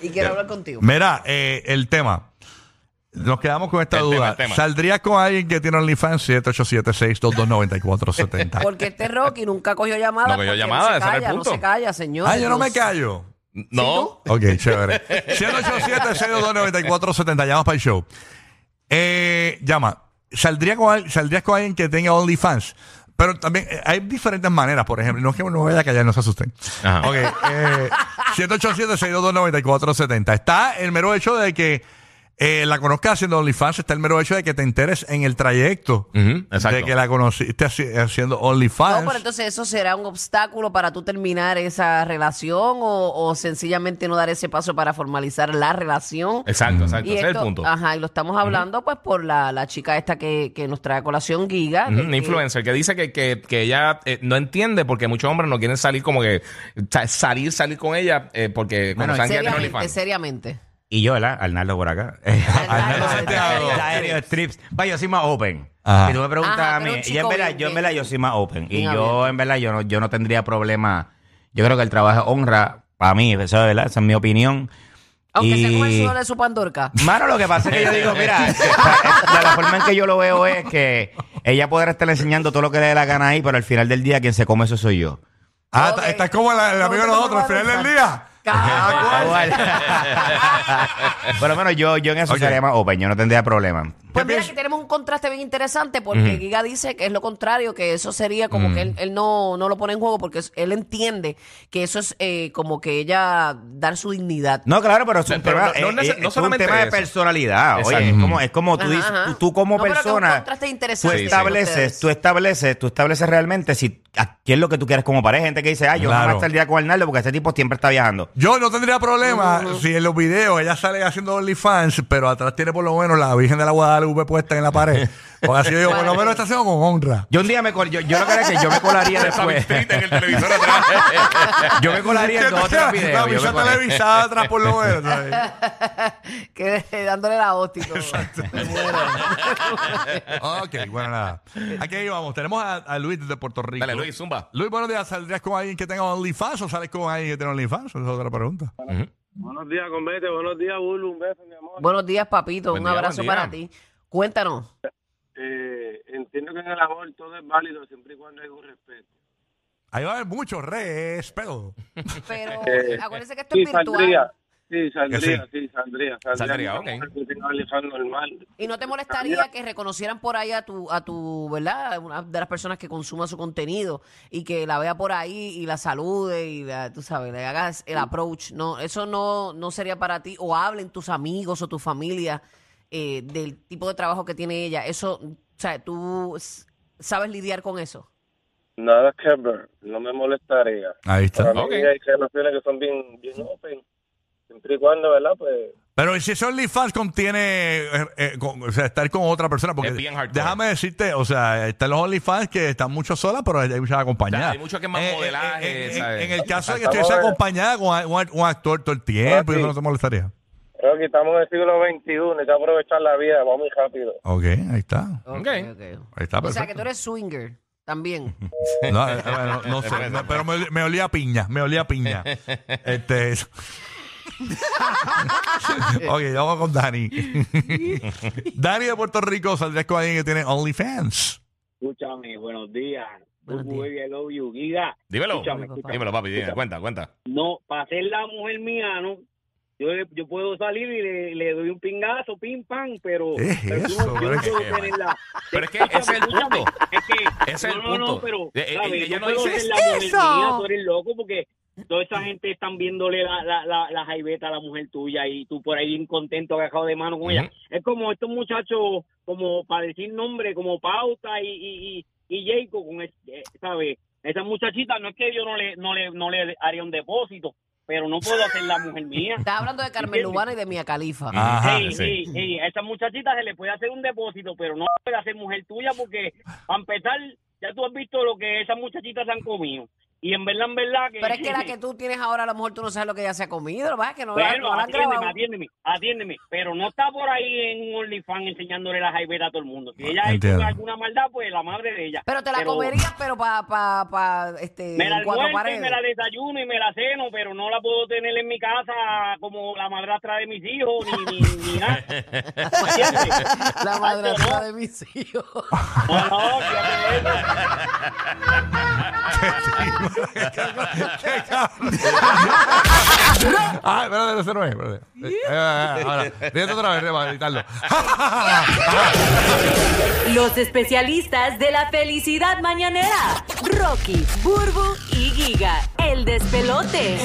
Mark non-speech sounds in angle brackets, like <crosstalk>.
Y quiero hablar contigo. Mira, eh, el tema. Nos quedamos con esta El tema, duda. el tema. ¿Saldrías con alguien que tiene OnlyFans? 787-622-9470. Porque este Rocky nunca cogió llamada. No cogió porque llamada, no se ese era el calla, no punto. se calla, señor. ah, yo no me callo. No. Ok, <laughs> chévere. 787-622-9470. Llamas para el show. Eh, llama. ¿Saldría con, al- ¿Saldrías con alguien que tenga OnlyFans? Pero también eh, hay diferentes maneras, por ejemplo. No es que no me vaya a callar, no se asusten. Ajá. Ah. Ok. Eh, 787-622-9470. Está el mero hecho de que eh, la conozcas haciendo OnlyFans. Está el mero hecho de que te enteres en el trayecto Ujú, exacto. de que la conociste haci- haciendo OnlyFans. Ah, No, pero entonces eso será un obstáculo para tú terminar esa relación o, o sencillamente no dar ese paso para formalizar la relación. Exacto, exacto. Y Ese es el esto- punto. Ajá, y lo estamos hablando pues por la, la chica esta que, que nos trae a colación, Giga. Ujú, que- Una que- influencer que dice que, que, que ella eh, no entiende porque muchos hombres no quieren salir como que sa- salir, salir con ella eh, porque como Bueno, saben que ella tiene seriamente, OnlyFans. seriamente. Y yo, ¿verdad? Arnaldo por acá. <laughs> Arnaldo Santiago. La aéreo strips. Va, yo soy más open. Ajá. Si tú me preguntas Ajá, a pero mí, un chico yo en, verdad, bien, yo en bien. verdad yo soy más open. Y Bien yo abierto. en verdad yo no, yo no tendría problema. Yo creo que el trabajo honra para mí, eso es verdad, esa es mi opinión. Aunque sea con el Y- sudor de su <laughs> pandorca. Mano, lo que pasa es que yo digo, <laughs> mira, es que, la, la forma en que yo lo veo es que ella podrá estar enseñando todo lo que le dé la gana ahí, pero al final del día quien se come eso soy yo. Ah, Ok. está- estás como la- el amigo de nosotros al final del día. Carajo. <laughs> Ah, ¿cuál? Pero bueno, yo, yo en eso Ok. sería más open, yo no tendría problema. Pues mira piensas? que tenemos un contraste bien interesante porque Giga dice que es lo contrario, que eso sería como que él, él no, no lo pone en juego porque es- él entiende que eso es eh, como que ella dar su dignidad. No, claro, pero es un Pero tema, no- no eh, nece- eh, no es un solamente tema de eso. personalidad. Exacto. Oye, es como, es como tú, Ajá, dices- ajá. tú, tú como No, pero que es un persona, contraste tú interesante entre estableces, ustedes. tú estableces, tú estableces realmente si a quién es lo que tú quieres como pareja. Gente que dice, ah, yo Claro. no voy a estar día con Arnaldo porque este tipo siempre está viajando. Yo no tendría problema si en los videos ella sale haciendo OnlyFans, pero atrás tiene por lo menos la Virgen de la Guadalupe puesta en la pared. Porque así yo digo, por lo menos está haciendo con honra. Yo un día me col- yo, yo lo que era es que yo <laughs> me colaría después. en el televisor atrás. Yo me colaría en dos o tres videos. La yo me misa colaría. televisada atrás por lo menos. ¿sabes? Que <laughs> dándole la hostia. y todo. Me muero. ok, bueno, nada. Aquí vamos. Tenemos a, a Luis desde Puerto Rico. Dale, <laughs> Luis, zumba. Luis, buenos días. ¿Saldrías con alguien que tenga OnlyFans o sales con alguien que tenga OnlyFans? Esa es otra pregunta. Buenos días, comete. Buenos días, Bulu. Un beso, mi amor. <laughs> Buenos días, papito. Buen un día, abrazo buen día. para ti. Cuéntanos. Eh, entiendo que en el amor todo es válido siempre y cuando hay un respeto. Ahí va a haber mucho respeto. Pero acuérdense que esto Sí, es virtual. saldría. Sí, Que saldría, sí, saldría. Saldría, Una ok. mujer que tenga OnlyFans normal. Y no te molestaría que reconocieran por ahí a tu, a tu, ¿verdad? Una de las personas que consuma su contenido y que la vea por ahí y la salude y, la- tú sabes, le hagas el approach. No, eso no, no sería para ti. O hablen tus amigos o tu familia eh, del tipo de trabajo que tiene ella. Eso, o sea, tú s- sabes lidiar con eso. Nada que ver. No me molestaría. Ahí Para está. mí Ok. hay relaciones que son bien, bien open. Siempre y cuando, ¿verdad? Pues Pero ¿y si ese OnlyFans contiene eh, eh, con- o sea, estar con otra persona, porque Es bien hardcore. déjame decirte, o sea, están los OnlyFans que están mucho solas, pero hay muchas acompañadas. Eh, Hay mucho que es más modelaje, en- en- ¿sabes? En, el caso de que Exacto. estés acompañada con a- un, un actor todo el tiempo, Ah, sí. eso no te molestaría. creo que estamos en el siglo XXI. Hay que aprovechar la vida. Vamos muy rápido. Ok, ahí está. Ok, ok. Ahí está, O sea, que perfecto. tú eres swinger también. No, eh, bueno, no sé, no, pero me, oli- me olía a piña, me olía a piña. este, <laughs> eso. ok, vamos con Dani. Dani de Puerto Rico, saldrías con alguien que tiene OnlyFans. Escúchame, buenos días. Buenos Bubu, días. baby, I love you. Giga, Dímelo. escúchame, papá. escúchame. Dímelo, papi. dime, Cuenta, cuenta. No, para ser la mujer mía, ¿no? Yo, yo puedo salir y le, le doy un pingazo, pim, pam, pero... ¿Qué es pero tú eso, no- yo bro? no puedo tenerla. Pero es que ese es el Escúchame, punto. Es que, Ese es el no, no, punto. no, pero, Eh, eh, ¿sabes? ella yo no puedo dice, ser la "Es mujer eso". mía, tú eres loco, porque toda esa gente están viéndole la, la, la, la jaiveta a la mujer tuya y tú por ahí bien contento, agajado de mano con ella. Ujú. Es como estos muchachos, como para decir nombre, como Pauta y, y, y, y Jacob, con es- eh, ¿sabes? Esa muchachita, no es que yo no le, no le, no le haría un depósito, pero no puedo hacer la mujer mía. Estás hablando de Carmen Lubana y de Mia Califa. Ah. Ajá, Sí, sí. sí, sí. A esa muchachita se le puede hacer un depósito, pero no puede hacer mujer tuya porque, para empezar, ya tú has visto lo que esas muchachitas han comido. Y en verdad, en verdad que... Pero es que <laughs> la que tú tienes ahora, a lo mejor tú no sabes lo que ella se ha comido. Lo que pasa es que no la- no Bueno, la han grabado. atiéndeme, atiéndeme, atiéndeme. Pero no está por ahí en un OnlyFans enseñándole la jaibeta a todo el mundo. Si ella ha hecho Entiendo. alguna maldad, pues la madre de ella. Pero te la comerías, pero para pa, pa, este, Me la en cuatro almuerzo y paredes. me la desayuno y me la ceno, pero no la puedo tener en mi casa como la madrastra de mis hijos, ni, ni, ni <laughs> nada. ¿Me entiendes? La madrastra de mis hijos. No, no, fíjate de eso. ¡Qué cabrón! Ah, espérate, ese no es. Espérate. Eh, eh, Ahora, ríete otra vez, para editarlo. Los especialistas de la felicidad mañanera. Rocky, Burbu y Giga. El despelote.